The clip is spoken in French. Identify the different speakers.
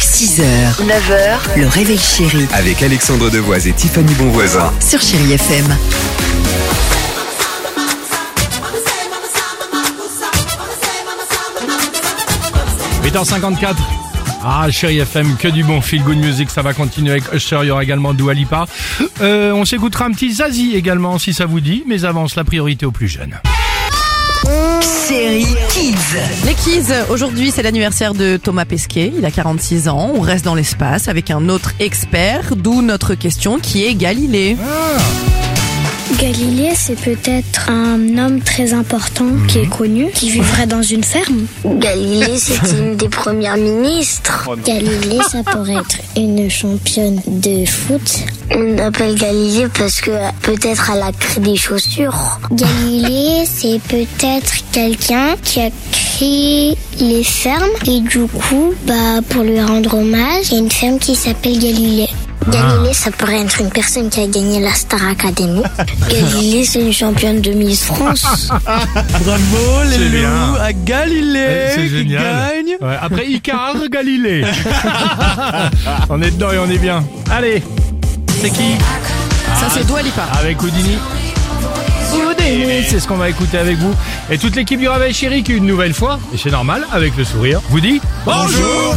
Speaker 1: 6h, 9h, le réveil chéri
Speaker 2: Avec Alexandre Devoise et Tiffany Bonvoisin.
Speaker 1: sur Chéri FM.
Speaker 3: Mama
Speaker 4: 8h54. Ah, chérie FM, que du bon feel good music, ça va continuer avec Usher, il y aura également Dua Lipa. Euh, on s'écoutera un petit Zazie également, si ça vous dit, mais avance la priorité aux plus jeunes.
Speaker 1: Chéri Kids.
Speaker 5: Les Kids, aujourd'hui c'est l'anniversaire de Thomas Pesquet, il a 46 ans, on reste dans l'espace avec un autre expert, d'où notre question qui est Galilée.
Speaker 6: Galilée, c'est peut-être un homme très important qui est connu, qui vivrait dans une ferme.
Speaker 7: Galilée, c'était une des premières ministres.
Speaker 6: Galilée, ça pourrait être une championne de foot.
Speaker 7: On appelle Galilée parce que peut-être elle a créé des chaussures.
Speaker 6: Galilée, c'est peut-être quelqu'un qui a créé les fermes et du coup, bah, pour lui rendre hommage, il y a une ferme qui s'appelle Galilée.
Speaker 7: Galilée, ça pourrait être une personne qui a gagné la Star Academy. Galilée, c'est une championne de Miss France.
Speaker 4: Bravo les loups
Speaker 5: à Galilée
Speaker 4: Euh, C'est génial. Ouais, après Icar, Galilée. on est dedans et on est bien. Allez, c'est qui
Speaker 5: Ça c'est Dua Lipa.
Speaker 4: Avec Houdini. Houdini, c'est ce qu'on va écouter avec vous. Et toute l'équipe du Réveil Chéri qui, une nouvelle fois, et c'est normal, avec le sourire, vous dit Bonjour